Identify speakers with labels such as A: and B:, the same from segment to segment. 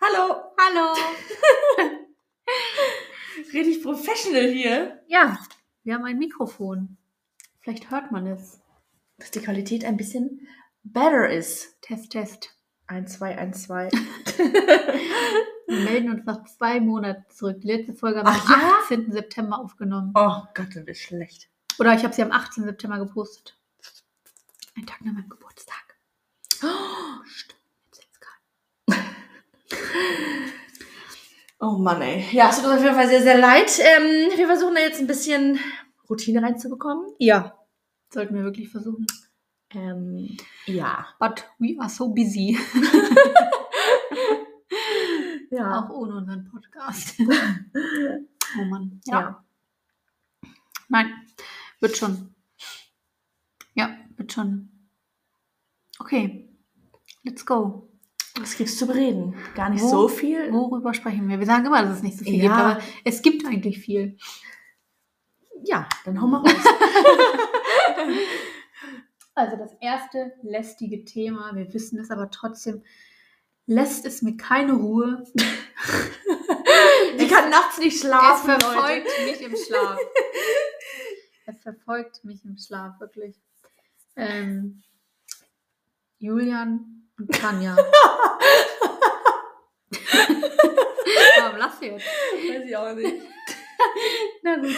A: Hallo.
B: Hallo.
A: Richtig professional hier.
B: Ja, wir haben ein Mikrofon.
A: Vielleicht hört man es. Dass die Qualität ein bisschen better ist.
B: Test, Test.
A: 1, 2, 1, 2.
B: Wir melden uns nach zwei Monaten zurück. Die letzte Folge haben wir
A: Ach ja?
B: am 18. September aufgenommen.
A: Oh Gott, sind wir schlecht.
B: Oder ich habe sie am 18. September gepostet. Ein Tag nach meinem Geburtstag. Jetzt jetzt gerade.
A: Oh Mann, ey. Ja, es tut uns auf jeden Fall sehr, sehr leid. Ähm, wir versuchen da jetzt ein bisschen Routine reinzubekommen.
B: Ja. Sollten wir wirklich versuchen.
A: Ähm, ja.
B: But we are so busy.
A: Ja.
B: Auch ohne unseren Podcast. oh Mann.
A: ja.
B: ja. Nein, wird schon. Ja, wird schon. Okay, let's go.
A: Was gibt's zu bereden? Gar nicht
B: Wo-
A: so viel.
B: Worüber sprechen wir? Wir sagen immer, dass es nicht so viel
A: Ja.
B: gibt, aber es gibt eigentlich viel.
A: Ja, dann hau mal raus.
B: Also das erste lästige Thema, wir wissen es aber trotzdem, lässt es mir keine Ruhe.
A: Die kann nachts nicht schlafen,
B: es
A: Leute.
B: verfolgt mich im Schlaf. es verfolgt mich im Schlaf, wirklich. Ähm, Julian und Tanja. Warum lachst du jetzt?
A: Weiß ich auch nicht.
B: Na gut.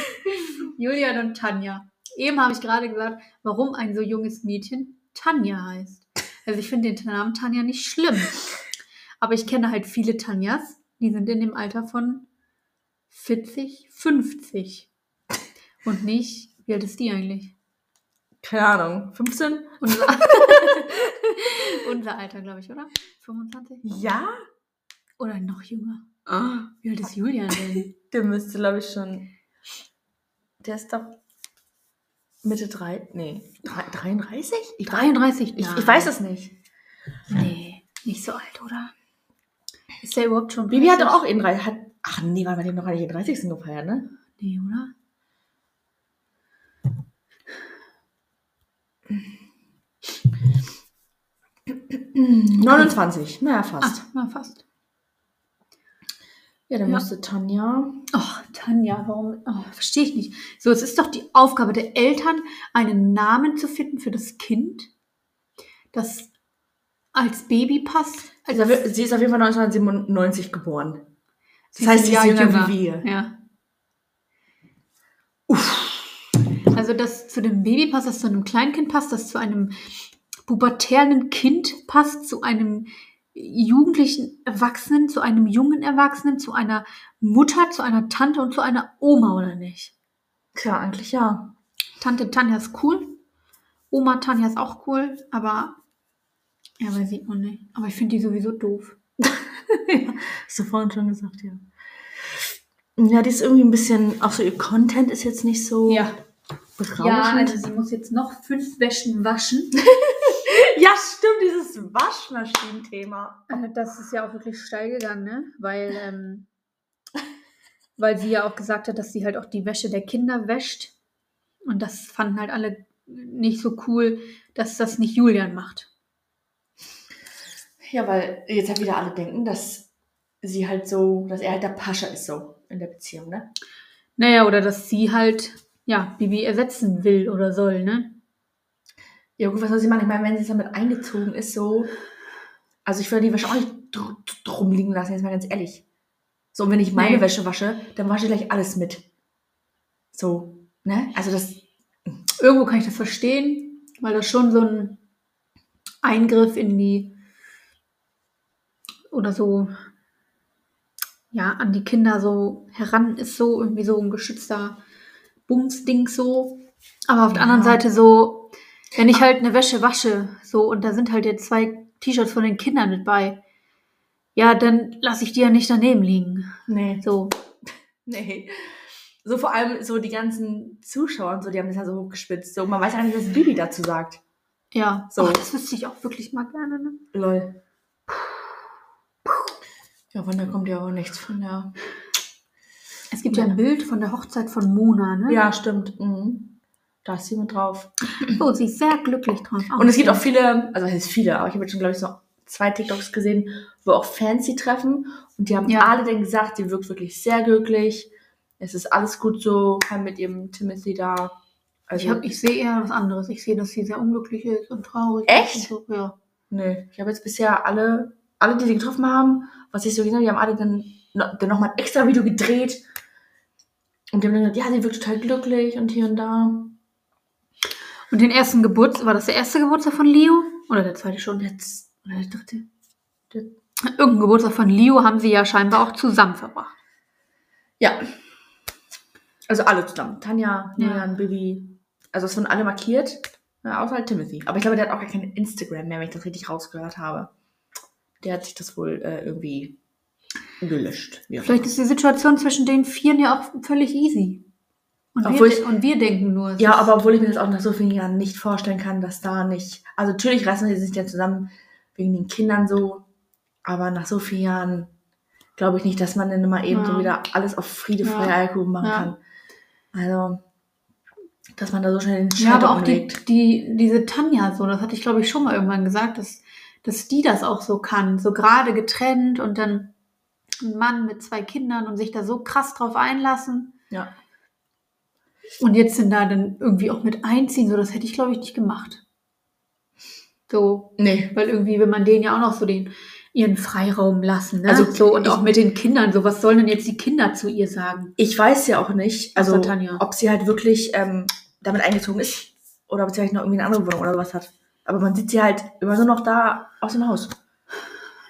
B: Julian und Tanja. Eben habe ich gerade gesagt, warum ein so junges Mädchen Tanja heißt. Also ich finde den Namen Tanja nicht schlimm. Aber ich kenne halt viele Tanjas, die sind in dem Alter von 40, 50. Und nicht, wie alt ist die eigentlich?
A: Keine Ahnung. 15?
B: Unser, unser Alter, glaube ich, oder? 25?
A: Ja.
B: Oder noch jünger.
A: Ah.
B: Wie alt ist Julian denn?
A: Der müsste, glaube ich, schon. Der ist doch Mitte drei. Nee. drei- 33? Ich,
B: 33?
A: ich,
B: Nein.
A: ich weiß es nicht.
B: Nee, nicht so alt, oder? Ist der überhaupt schon
A: Bibi hat
B: 30?
A: doch auch ihren 30. Hat, ach nee, weil wir haben doch eigentlich den 30. gefeiert, ne?
B: Nee, oder?
A: Mhm. 29. Naja, fast.
B: Ah, na fast.
A: Ja, dann
B: Ja.
A: müsste Tanja.
B: Oh, Tanja, warum? Oh, verstehe ich nicht. So, es ist doch die Aufgabe der Eltern, einen Namen zu finden für das Kind, das als Baby passt. Als
A: Also, wir- sie ist auf jeden Fall 1997 geboren. Das
B: Sie ist
A: heißt,
B: ein
A: sie ist
B: Jahr
A: jünger
B: jünger.
A: wie wir.
B: ja. Also, das zu dem Baby passt, das zu einem Kleinkind passt, das zu einem pubertären Kind passt, zu einem jugendlichen Erwachsenen, zu einem jungen Erwachsenen, zu einer Mutter, zu einer Tante und zu einer Oma, oder nicht?
A: Klar, eigentlich ja.
B: Tante Tanja ist cool. Oma Tanja ist auch cool, aber ja, weiß ich auch nicht. Aber ich finde die sowieso doof.
A: Hast du vorhin schon gesagt, ja. Ja, die ist irgendwie ein bisschen. Auch so ihr Content ist jetzt nicht so berauschend.
B: Ja, also sie muss jetzt noch fünf Wäschen waschen.
A: Ja, stimmt, dieses Waschmaschinen-Thema.
B: Äh, Das ist ja auch wirklich steil gegangen, ne? Weil, ähm, weil sie ja auch gesagt hat, dass sie halt auch die Wäsche der Kinder wäscht. Und das fanden halt alle nicht so cool, dass das nicht Julian macht.
A: Ja, weil jetzt halt wieder alle denken, dass sie halt so, dass er halt der Pascha ist so in der Beziehung, ne?
B: Naja, oder dass sie halt, ja, Bibi ersetzen will oder soll, ne?
A: Ja gut, was soll sie machen? Ich meine, wenn sie damit eingezogen ist, so... Also ich würde die Wäsche auch nicht dr drum liegen lassen, jetzt mal ganz ehrlich. So, und wenn ich meine
B: Nee.
A: Wäsche wasche, dann wasche ich gleich alles mit. So, ne? Also das...
B: irgendwo kann ich das verstehen, weil das schon so ein Eingriff in die oder so ja an die Kinder so heran ist so irgendwie so ein geschützter Bumsding so, aber auf der
A: Ja.
B: anderen Seite so wenn ich halt eine Wäsche wasche so und da sind halt jetzt zwei T-Shirts von den Kindern mit bei. Ja, dann lasse ich die ja nicht daneben liegen.
A: Nee.
B: So,
A: Nee. So vor allem so die ganzen Zuschauer und so, die haben das ja so hochgespitzt. So, man weiß ja nicht, was Bibi dazu sagt.
B: ja.
A: So.
B: So. das wüsste ich auch wirklich mal gerne. Ne?
A: Lol. Ja, von da kommt ja auch nichts von der.
B: Es gibt ja.
A: Ja.
B: ein Bild von der Hochzeit von Mona, ne?
A: Hm? Ja, stimmt. Mhm. Da ist jemand drauf.
B: So, Oh, sie ist sehr glücklich drauf.
A: Und es gibt auch viele, also es heißt viele, aber ich habe jetzt schon, glaube ich, so zwei TikToks gesehen, wo auch Fans sie treffen. Und die haben
B: Ja.
A: alle dann gesagt, sie wirkt wirklich sehr glücklich. Es ist alles gut so, kann mit ihrem Timothy da. Also,
B: Ich, hab- ich sehe eher was anderes. Ich sehe, dass sie sehr unglücklich ist und traurig
A: Echt?
B: ist. Und so. Ja.
A: nee, ich habe jetzt bisher alle, alle, die sie getroffen haben, was ich so gesehen habe, die haben alle dann, no- dann nochmal ein extra Video gedreht. Und die haben dann gesagt, ja, sie wirkt total glücklich und hier und da.
B: Und den ersten Geburtstag, war das der erste Geburtstag von Leo? Oder der zweite schon? Der z- oder der dritte? Der, irgendein Geburtstag von Leo haben sie ja scheinbar auch zusammen verbracht.
A: Ja. Also alle zusammen. Tanja,
B: Ja.
A: Leon, Bibi. Also es wurden alle markiert. Ja, außer halt Timothy. Aber ich glaube, der hat auch gar kein Instagram mehr, wenn ich das richtig rausgehört habe. Der hat sich das wohl äh, irgendwie gelöscht. Ja.
B: Vielleicht ist die Situation zwischen den Vieren ja auch völlig easy. Und,
A: Obwohl
B: wir,
A: ich-
B: de- und wir denken nur. es
A: ja,
B: ist-
A: aber obwohl ich mir das auch nach so vielen Jahren nicht vorstellen kann, dass da nicht. Also natürlich reißen sie sich ja zusammen wegen den Kindern so. Aber nach so vielen Jahren glaube ich nicht, dass man dann immer eben
B: Ja.
A: so wieder alles auf Friede,
B: Ja.
A: Freude, Alkohol machen
B: Ja.
A: kann. Also, dass man da so schnell den
B: Ja,
A: Schalter
B: aber auch die,
A: umlegt.
B: die, diese Tanja so, das hatte ich glaube ich schon mal irgendwann gesagt, dass, dass die das auch so kann. So gerade getrennt und dann ein Mann mit zwei Kindern und sich da so krass drauf einlassen.
A: Ja.
B: Und jetzt sind da dann irgendwie auch mit einziehen, so das hätte ich glaube ich nicht gemacht. So,
A: Nee.
B: weil irgendwie will man denen ja auch noch so den ihren Freiraum lassen, ne?
A: Also,
B: so und
A: ich-
B: auch mit den Kindern, so was sollen denn jetzt die Kinder zu ihr sagen?
A: Ich weiß ja auch nicht, also
B: Außer Tanja.
A: ob sie halt wirklich ähm, damit eingezogen ist oder ob sie vielleicht noch irgendwie eine andere Wohnung oder was hat. Aber man sieht sie halt immer nur noch da aus dem Haus.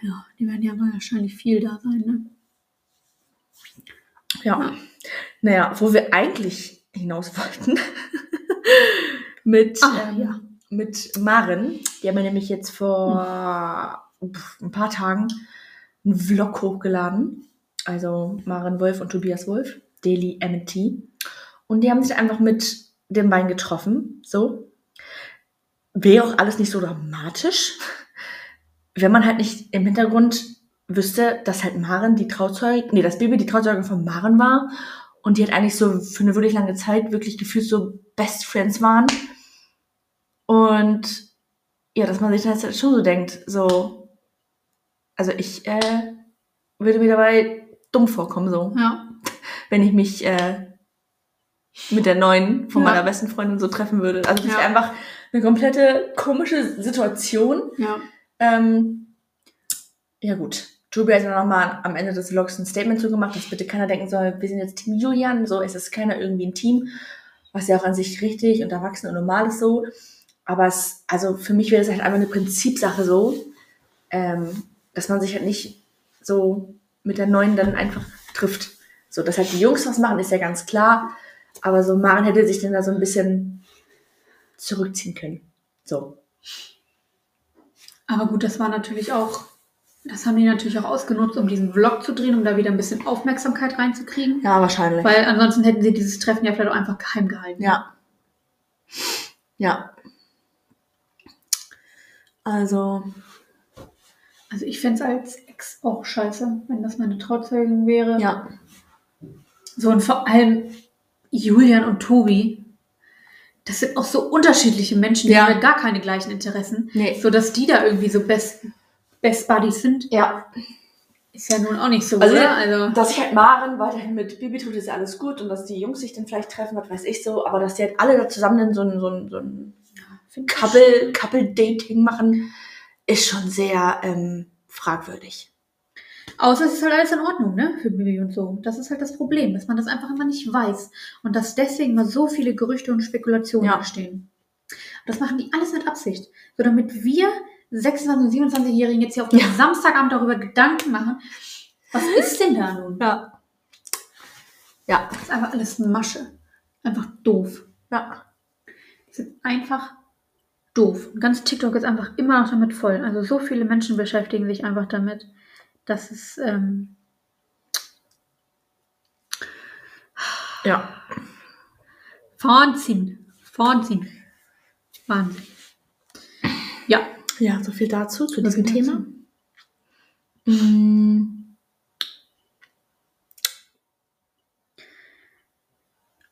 B: Ja, die werden ja wahrscheinlich viel da sein, ne?
A: Ja. Naja, wo wir eigentlich hinaus wollten. mit,
B: Ah,
A: ähm,
B: ja.
A: mit Maren. Die haben mir nämlich jetzt vor
B: Hm.
A: pf, ein paar Tagen einen Vlog hochgeladen. Also Maren Wolf und Tobias Wolf, Daily MT. Und die haben sich einfach mit dem Wein getroffen. So. Wäre auch alles nicht so dramatisch, wenn man halt nicht im Hintergrund wüsste, dass halt Maren die Trauzeugin, nee, das Baby die Trauzeugin von Maren war und die halt eigentlich so für eine wirklich lange Zeit wirklich gefühlt so Best Friends waren. Und ja, dass man sich das halt schon so denkt, so. Also ich äh, würde mir dabei dumm vorkommen, so,
B: Ja.
A: wenn ich mich äh, mit der neuen von
B: Ja.
A: meiner besten Freundin so treffen würde. Also das
B: Ja.
A: ist einfach eine komplette komische Situation.
B: Ja.
A: Ähm, ja gut. Tobi hat ja nochmal am Ende des Vlogs ein Statement zugemacht, dass bitte keiner denken soll, wir sind jetzt Team Julian, so es ist keiner irgendwie ein Team, was ja auch an sich richtig und erwachsen und normal ist so. Aber es, also für mich wäre es halt einfach eine Prinzipsache so, ähm, dass man sich halt nicht so mit der Neuen dann einfach trifft. So, dass halt die Jungs was machen, ist ja ganz klar. Aber so Maren hätte sich dann da so ein bisschen zurückziehen können. So.
B: Aber gut, das war natürlich auch, das haben die natürlich auch ausgenutzt, um diesen Vlog zu drehen, um da wieder ein bisschen Aufmerksamkeit reinzukriegen.
A: Ja, wahrscheinlich.
B: Weil ansonsten hätten sie dieses Treffen ja vielleicht auch einfach geheim gehalten.
A: Ja. Ja. Also,
B: Also ich fände es als Ex auch scheiße, wenn das meine Trauzeugin wäre.
A: ja.
B: So und vor allem Julian und Tobi, das sind auch so unterschiedliche Menschen, die
A: Ja.
B: haben ja gar keine gleichen Interessen.
A: Nee.
B: So dass die da irgendwie so best, best Buddies sind,
A: Ja.
B: ist ja nun auch nicht so,
A: Also-
B: oder? Also,
A: Dass ich halt Maren weiterhin mit Bibi tut, ist ja alles gut und dass die Jungs sich dann vielleicht treffen, das weiß ich so, aber dass die halt alle da zusammen dann so ein, so ein, so ein Couple- Couple-Dating machen, ist schon sehr ähm, fragwürdig.
B: Außer es ist halt alles in Ordnung, ne? Für Bibi und so. Das ist halt das Problem, dass man das einfach immer nicht weiß. Und dass deswegen mal so viele Gerüchte und Spekulationen
A: Ja.
B: entstehen. Das machen die alles mit Absicht. So damit wir 26- und 27-Jährigen jetzt hier auf dem
A: Ja.
B: Samstagabend darüber Gedanken machen. Was ist denn da nun?
A: Ja. Ja.
B: Das ist einfach alles eine Masche. Einfach doof.
A: Ja.
B: Die sind einfach doof. Und ganz TikTok ist einfach immer noch damit voll. Also so viele Menschen beschäftigen sich einfach damit, dass es. Ähm,
A: Ja.
B: Wahnsinn. Wahnsinn. Wahnsinn. Ja.
A: Ja, so viel dazu, zu
B: so
A: diesem
B: viel
A: Thema.
B: dazu.
A: Mm,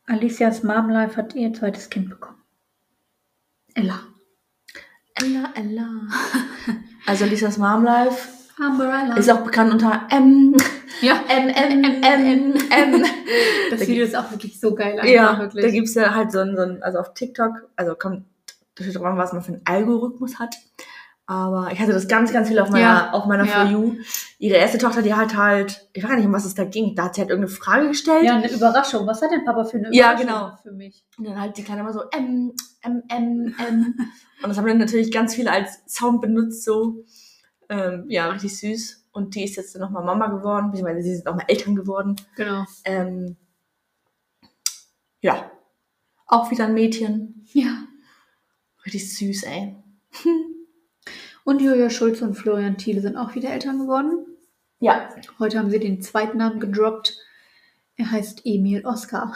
B: Alicias Momlife hat ihr zweites Kind bekommen. Ella.
A: Ella, Ella. Also Lisas Mom Life
B: Umbrella.
A: ist auch bekannt unter M,
B: ja,
A: M, M, M, M, M.
B: das
A: Da
B: Video ist auch wirklich so geil. einfach,
A: Ja, da
B: wirklich.
A: gibt es ja halt so ein, so ein, also auf TikTok, also kommt, das steht drauf, an, was man für einen Algorithmus hat. Aber ich hatte das ganz, ganz viel auf meiner,
B: Ja,
A: auf meiner
B: ja.
A: For You. Ihre erste Tochter, die hat halt, ich weiß gar nicht, um was es da ging, da hat sie halt irgendeine Frage gestellt.
B: Ja, eine Überraschung. Was hat denn Papa für eine Überraschung
A: Ja, genau.
B: für mich?
A: Und dann halt die Kleine immer so M, M, M, M. Und das haben dann natürlich ganz viele als Sound benutzt, so. Ähm, ja, richtig süß. Und die ist jetzt dann nochmal Mama geworden, beziehungsweise sie sind nochmal Eltern geworden.
B: Genau.
A: Ähm, ja, auch wieder ein Mädchen.
B: Ja.
A: Richtig süß, ey.
B: Und Julia Schulz und Florian Thiele sind auch wieder Eltern geworden.
A: Ja.
B: Heute haben sie den zweiten Namen gedroppt. Er heißt Emil Oskar.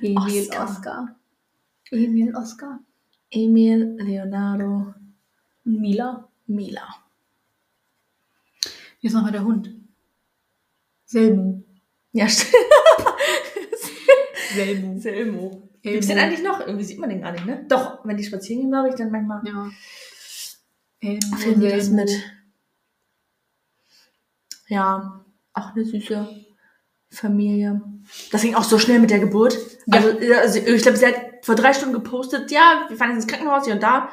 B: Emil
A: Oskar.
B: Oskar. Emil Oskar.
A: Emil, Leonardo,
B: Und Mila.
A: Mila.
B: Hier ist nochmal der Hund. Selmu.
A: Ja, stimmt.
B: Selmu.
A: Selmo. Gibt's den
B: Elmo.
A: eigentlich noch? Irgendwie sieht man den gar nicht, ne? Doch, wenn die spazieren gehen, glaube ich, dann manchmal
B: Ja. Elmo,
A: filmen die das
B: Selmu.
A: mit. Ja, auch eine süße Familie. Das ging auch so schnell mit der Geburt.
B: Ja.
A: Also, ja, also ich glaube, sie hat vor drei Stunden gepostet, ja, wir fahren jetzt ins Krankenhaus, hier und da.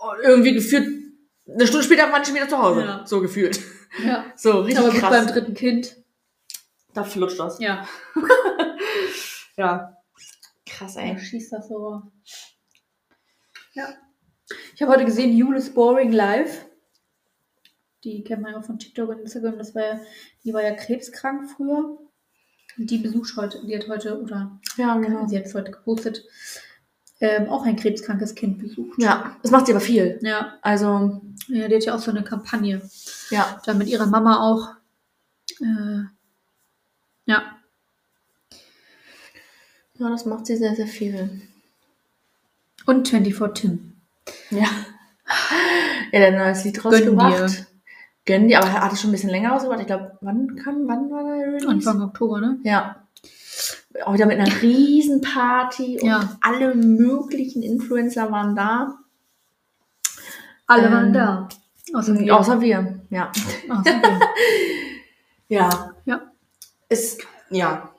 A: Und irgendwie gefühlt, eine Stunde später waren die schon wieder zu Hause.
B: Ja.
A: So gefühlt.
B: Ja.
A: So, richtig
B: Aber gut
A: krass.
B: beim dritten Kind.
A: Da flutscht das.
B: Ja.
A: Ja. Krass,
B: Da
A: ey.
B: schießt das so raus. Ja. Ich habe heute gesehen, Julis Boring Live. Die kennt man ja auch von TikTok und Instagram. Das war ja, die war ja krebskrank früher. Und die besucht heute, die hat heute, oder
A: Ja, genau.
B: sie hat es heute gepostet, ähm, auch ein krebskrankes Kind besucht.
A: Ja, das macht sie aber viel.
B: Ja.
A: Also,
B: ja, die hat ja auch so eine Kampagne.
A: ja.
B: Dann mit ihrer Mama auch. Äh, ja.
A: Ja, das macht sie sehr, sehr viel.
B: Und 24 Tim.
A: Ja. Ja, der hat ein neues Lied
B: Gönn dir.
A: rausgebracht. Gönn dir, aber hat es schon ein bisschen länger rausgebracht. Ich glaube, wann kam, wann war der Release?
B: Anfang Oktober, ne?
A: Ja. Auch wieder mit einer Riesenparty und
B: Ja.
A: alle möglichen Influencer waren da.
B: Alle
A: Ähm,
B: waren da. Außer wir.
A: Außer wir, ja.
B: Außer wir.
A: Ja.
B: Ja.
A: Ist, ja.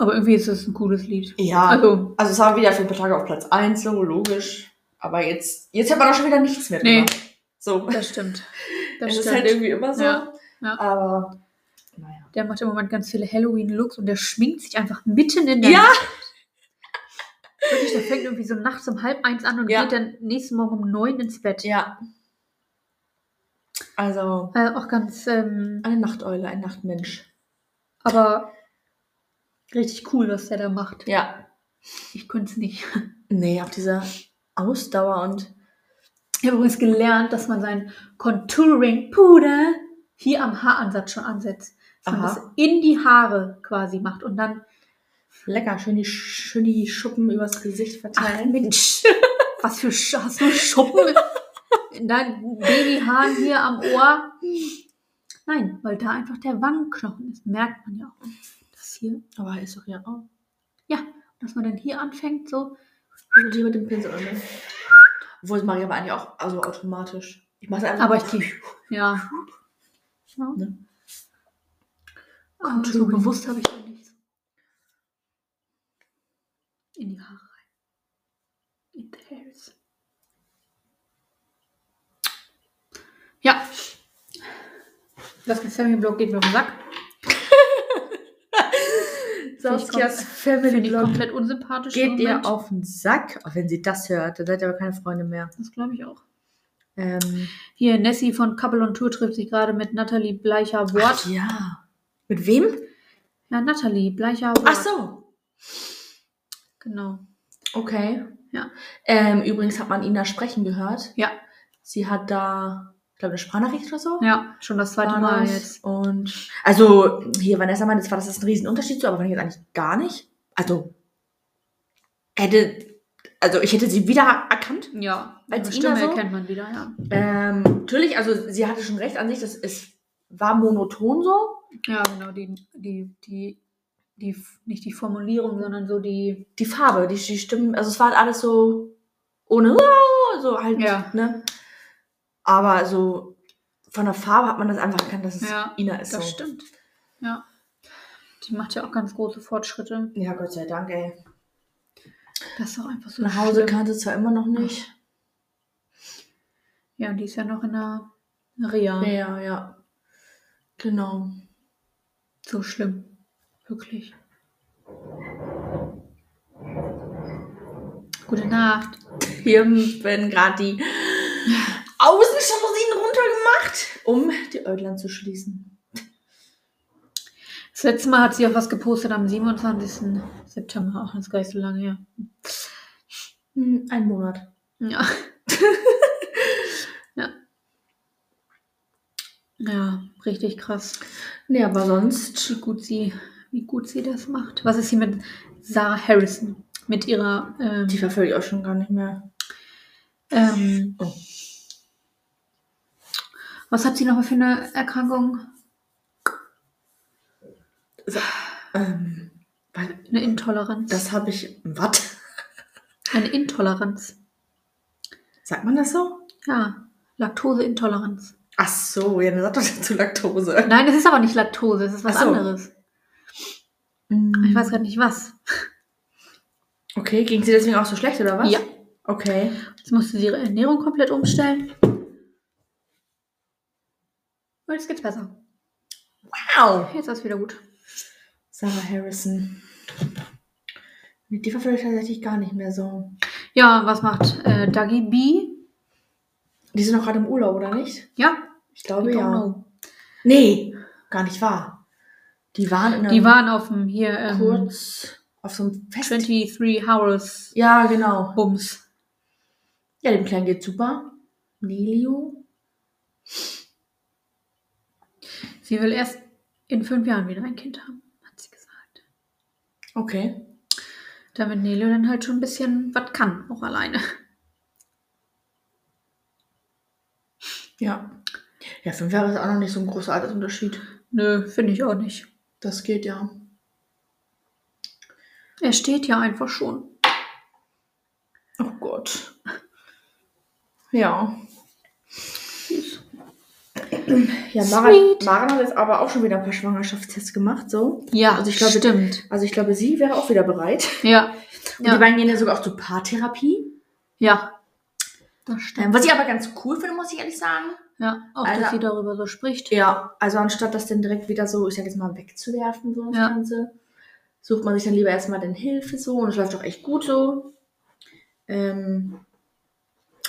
B: Aber irgendwie ist es ein cooles Lied.
A: Ja.
B: Also,
A: Also es war wieder für ein paar Tage auf Platz 1, so logisch. Aber jetzt, jetzt hat man auch schon wieder nichts mehr
B: Nee.
A: drüber. So.
B: das stimmt. Das
A: Es ist
B: stimmt.
A: halt irgendwie immer so.
B: Ja, ja.
A: Aber naja.
B: der macht im Moment ganz viele Halloween-Looks und der schminkt sich einfach mitten in der
A: Ja.
B: Nacht. Wirklich, der fängt irgendwie so nachts um halb eins an und
A: Ja.
B: geht dann nächsten Morgen um neun ins Bett.
A: Ja. Also,
B: Äh, auch ganz, ähm,
A: eine Nachteule, ein Nachtmensch.
B: aber richtig cool, was der da macht.
A: Ja.
B: Ich könnte es nicht.
A: Nee, auf dieser Ausdauer und.
B: Ich habe übrigens gelernt, dass man seinen Contouring-Puder hier am Haaransatz schon ansetzt. Dass man
A: Aha.
B: das in die Haare quasi macht und dann
A: Lecker, schön die, schön die Schuppen übers Gesicht
B: Ach,
A: verteilen.
B: Mensch. Was für Sch hast du Schuppen in deinen Babyhaaren hier am Ohr? Nein, weil da einfach der Wangenknochen ist. Merkt man ja auch. Das hier,
A: Aber ist doch ja auch.
B: dass man dann hier anfängt, so.
A: Also die mit dem Pinsel und dann. Obwohl, das mache ich aber eigentlich auch also automatisch. Ich mache es einfach.
B: Aber ich gehe. Also Ja. ja.
A: Ne?
B: Aber so bewusst habe ich da nichts. In die Haare rein. In the hairs. Ja. Das Family-Blog geht mir auf den Sack.
A: Saskias
B: Finde
A: Family
B: ich
A: Blog
B: komplett unsympathisch. im
A: geht ihr
B: Moment.
A: auf den Sack. Auch wenn sie das hört, dann seid ihr aber keine Freunde mehr.
B: Das glaube ich auch.
A: Ähm,
B: Hier, Nessie von Couple on Tour trifft sich gerade mit Nathalie
A: Ach,
B: Bleicher-Wort.
A: ja. Mit wem?
B: Ja, Nathalie Bleicher-Wort.
A: Ach so.
B: Genau.
A: Okay.
B: Ja.
A: Ähm, übrigens hat man ihn da sprechen gehört.
B: Ja.
A: Sie hat da, ich glaube, eine Sprachnachricht oder so.
B: Ja, schon das
A: war
B: zweite Mal
A: das.
B: jetzt.
A: Und also hier, Vanessa meinte zwar, das ist ein Riesenunterschied zu, aber fand ich jetzt eigentlich gar nicht. Also hätte, also ich hätte sie wieder erkannt.
B: Ja,
A: Als
B: ihre
A: Ina
B: Stimme
A: so-
B: erkennt man wieder, ja.
A: Ähm, natürlich, also sie hatte schon recht an sich, das ist, war monoton so.
B: Ja, genau, die, die, die, die, nicht die Formulierung, sondern so die,
A: Die Farbe, die, die Stimmen, also es war alles so halt ohne, so halt,
B: Ja.
A: ne? Aber so von der Farbe hat man das einfach erkannt, dass es
B: Ja,
A: Ina ist.
B: Das
A: so.
B: stimmt. Ja. Die macht ja auch ganz große Fortschritte.
A: Ja, Gott sei Dank, ey.
B: Das ist auch einfach so.
A: Nach Hause
B: schlimm.
A: kannte zwar immer noch nicht.
B: Ja, die ist ja noch in der Reha.
A: Ja, ja. ne? Genau.
B: So schlimm. Wirklich. Gute Nacht.
A: Hier werden gerade die Außenscharosinen runtergemacht, um die Äuglein zu schließen.
B: Das letzte Mal hat sie auch was gepostet am 27. September. Ach, das ist gar nicht so lange her.
A: Hm, Ein Monat.
B: Ja. ja. Ja, richtig krass.
A: Nee, aber sonst.
B: Wie gut sie, wie gut sie das macht. Was ist hier mit Sarah Harrison? Mit ihrer ähm,
A: Die verfolge ich auch schon gar nicht mehr.
B: ähm,
A: Oh.
B: Was hat sie nochmal für eine Erkrankung?
A: Ähm, weil
B: Eine Intoleranz.
A: das habe ich. Was?
B: eine Intoleranz.
A: Sagt man das so?
B: Ja, Laktoseintoleranz.
A: Ach so, ja, dann sagt doch dazu Laktose.
B: Nein, es ist aber nicht Laktose, es ist was
A: Ach so.
B: anderes. Ich weiß gar nicht was.
A: Okay, ging sie deswegen auch so schlecht, oder was?
B: Ja.
A: Okay.
B: Jetzt musste sie ihre Ernährung komplett umstellen. Und jetzt geht's besser.
A: Wow.
B: Jetzt ist wieder gut.
A: Sarah Harrison. Nee, Die verfolge ich tatsächlich gar nicht mehr so.
B: Ja, was macht äh, Dagi B?
A: Die sind doch gerade im Urlaub, oder nicht?
B: Ja,
A: Ich
B: I
A: glaube
B: don't
A: Oh ja.
B: know.
A: Nee, gar nicht wahr. Die waren in einem
B: Die waren auf dem hier ähm,
A: kurz auf so einem Fest.
B: 23 Hours
A: Ja, genau.
B: Bums.
A: Ja, dem Kleinen geht's super. Nelio.
B: Sie will erst in fünf Jahren wieder ein Kind haben, hat sie gesagt.
A: Okay.
B: Damit Nelo dann halt schon ein bisschen was kann, auch alleine.
A: Ja. Ja, fünf Jahre ist auch noch nicht so ein großer Altersunterschied.
B: Nö, finde ich auch nicht.
A: Das geht ja.
B: Er steht ja einfach schon.
A: Oh Gott. Ja. Ja, Maren,
B: Sweet.
A: Maren hat jetzt aber auch schon wieder ein paar Schwangerschaftstests gemacht, so.
B: Ja,
A: Also ich glaube-
B: stimmt.
A: Also ich glaube, sie wäre auch wieder bereit.
B: Ja,
A: Und
B: Ja.
A: die beiden gehen ja sogar auch zur Paartherapie.
B: ja. Das stimmt.
A: Ähm, was ich aber ganz cool finde, muss ich ehrlich sagen.
B: Ja, auch
A: Also-
B: dass sie darüber so spricht.
A: Ja, also anstatt das dann direkt wieder so, ich sag jetzt mal, wegzuwerfen, so das
B: Ja.
A: Ganze, sucht man sich dann lieber erstmal den Hilfe so und es läuft auch echt gut so. Ähm,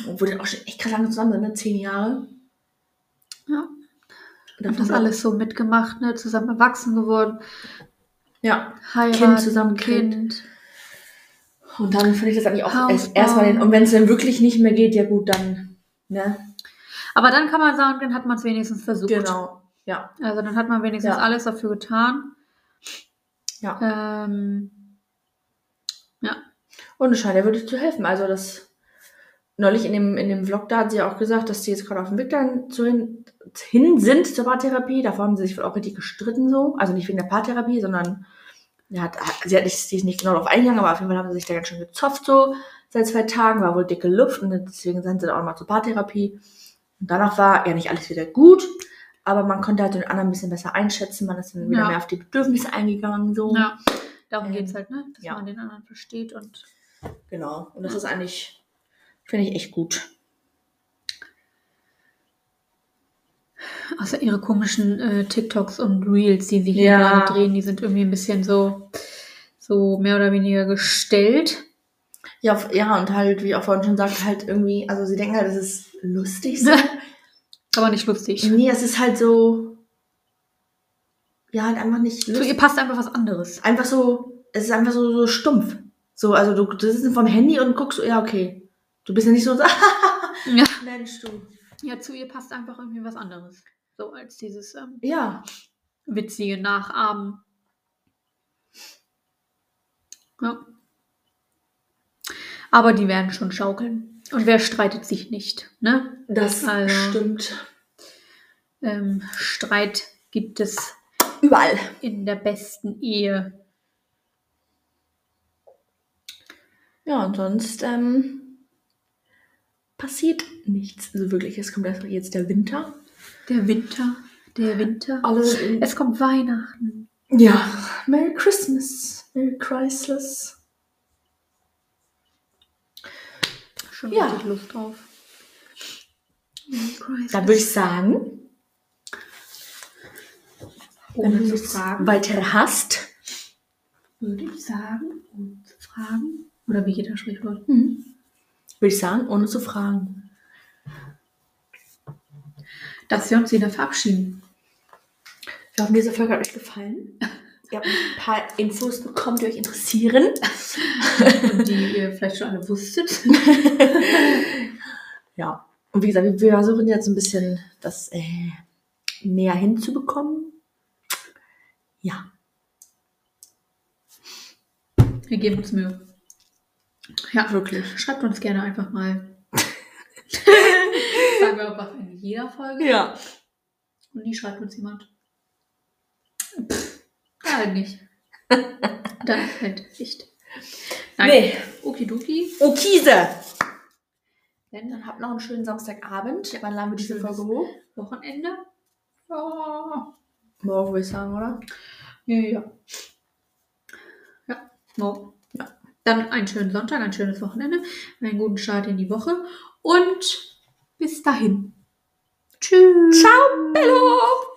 A: obwohl die auch schon echt krass lange zusammen sind, ne? Zehn Jahre.
B: Ja.
A: Und
B: Hat das alles so mitgemacht, ne? Zusammen erwachsen geworden.
A: Ja.
B: Heirat,
A: Kind zusammengekriegt.
B: Kind.
A: Und dann finde ich das eigentlich auch erst-
B: Hausbau.
A: erstmal den, und wenn es dann wirklich nicht mehr geht, ja gut, dann, ne?
B: Aber dann kann man sagen, dann hat man es wenigstens versucht.
A: Genau. Ja.
B: Also dann hat man wenigstens
A: Ja.
B: alles dafür getan.
A: Ja.
B: Ähm,
A: Und es scheint ja wirklich zu helfen. Also das neulich in dem, in dem Vlog da hat sie ja auch gesagt, dass sie jetzt gerade auf dem Weg dahin zu hin, hin sind zur Paartherapie. Davor haben sie sich wohl auch richtig gestritten so. Also nicht wegen der Paartherapie, sondern ja, hat, sie hat nicht, sie ist nicht genau darauf eingegangen, aber auf jeden Fall haben sie sich da ganz schön gezopft so. Seit zwei Tagen war wohl dicke Luft und deswegen sind sie dann auch mal zur Paartherapie. Und danach war ja nicht alles wieder gut, aber man konnte halt den anderen ein bisschen besser einschätzen. Man ist dann wieder
B: Ja.
A: mehr auf die Bedürfnisse eingegangen so.
B: ja, darum
A: Ähm,
B: geht's halt, ne? Dass
A: ja.
B: man den anderen versteht und
A: Genau. Und das ist eigentlich, finde ich echt gut.
B: außer ihre komischen äh, TikToks und Reels, die sie hier
A: Ja.
B: gerade drehen, die sind irgendwie ein bisschen so, so mehr oder weniger gestellt.
A: Ja, f- ja, und halt, wie auch vorhin schon sagt, halt irgendwie, also sie denken halt, es ist lustig so.
B: Aber nicht lustig.
A: nee, es ist halt so. Ja, halt einfach nicht
B: Zu ihr
A: lustig.
B: passt einfach was anderes.
A: Einfach so, es ist einfach so, so stumpf. So, also du, du sitzt vom Handy und guckst so, ja, okay. Du bist ja nicht so,
B: Ja.
A: Mensch, du.
B: ja, zu ihr passt einfach irgendwie was anderes. So als dieses ähm,
A: Ja,
B: witzige Nachahmen. Ja. Aber die werden schon schaukeln. Und wer streitet sich nicht? Ne?
A: das
B: Also.
A: stimmt.
B: Ähm, Streit gibt es
A: Überall.
B: in der besten Ehe.
A: Ja, und sonst, ähm, passiert nichts. Also wirklich, es kommt erst jetzt der Winter.
B: Der Winter, der Winter.
A: Alle
B: Es kommt Weihnachten.
A: ja. Merry Christmas. Merry Christmas.
B: Schon
A: Ja.
B: richtig Lust drauf.
A: Dann würde ich sagen, wenn
B: ohne
A: du
B: zu
A: nichts
B: fragen,
A: weiter hast,
B: würde ich sagen, ohne zu fragen. Oder wie geht das Sprichwort?
A: Hm. würde ich sagen, ohne zu fragen.
B: Dass wir uns wieder verabschieden.
A: Wir hoffen, diese Folge hat euch gefallen. Ihr habt ein paar Infos bekommen, die euch interessieren.
B: Und die ihr vielleicht schon alle wusstet.
A: Ja. Und wie gesagt, wir- wir versuchen jetzt ein bisschen das äh, näher hinzubekommen. Ja.
B: Wir geben uns Mühe. Ja, also
A: Wirklich.
B: schreibt uns gerne einfach mal. Sagen wir einfach in jeder Folge.
A: Ja.
B: Und nie schreibt uns jemand. Ja, halt nicht. Dann halt nicht. Nein.
A: Nee.
B: Okidoki.
A: Okise.
B: Wenn
A: Dann
B: dann
A: habt noch einen schönen Samstagabend. Wann laden wir diese
B: Schönes.
A: Folge hoch?
B: Wochenende. Oh. Ja.
A: Morgen würde ich sagen, oder?
B: Ja, ja. Ja, morgen.
A: Ja.
B: Dann einen schönen Sonntag, ein schönes Wochenende, einen guten Start in die Woche und bis dahin. Tschüss.
A: Ciao, Bello!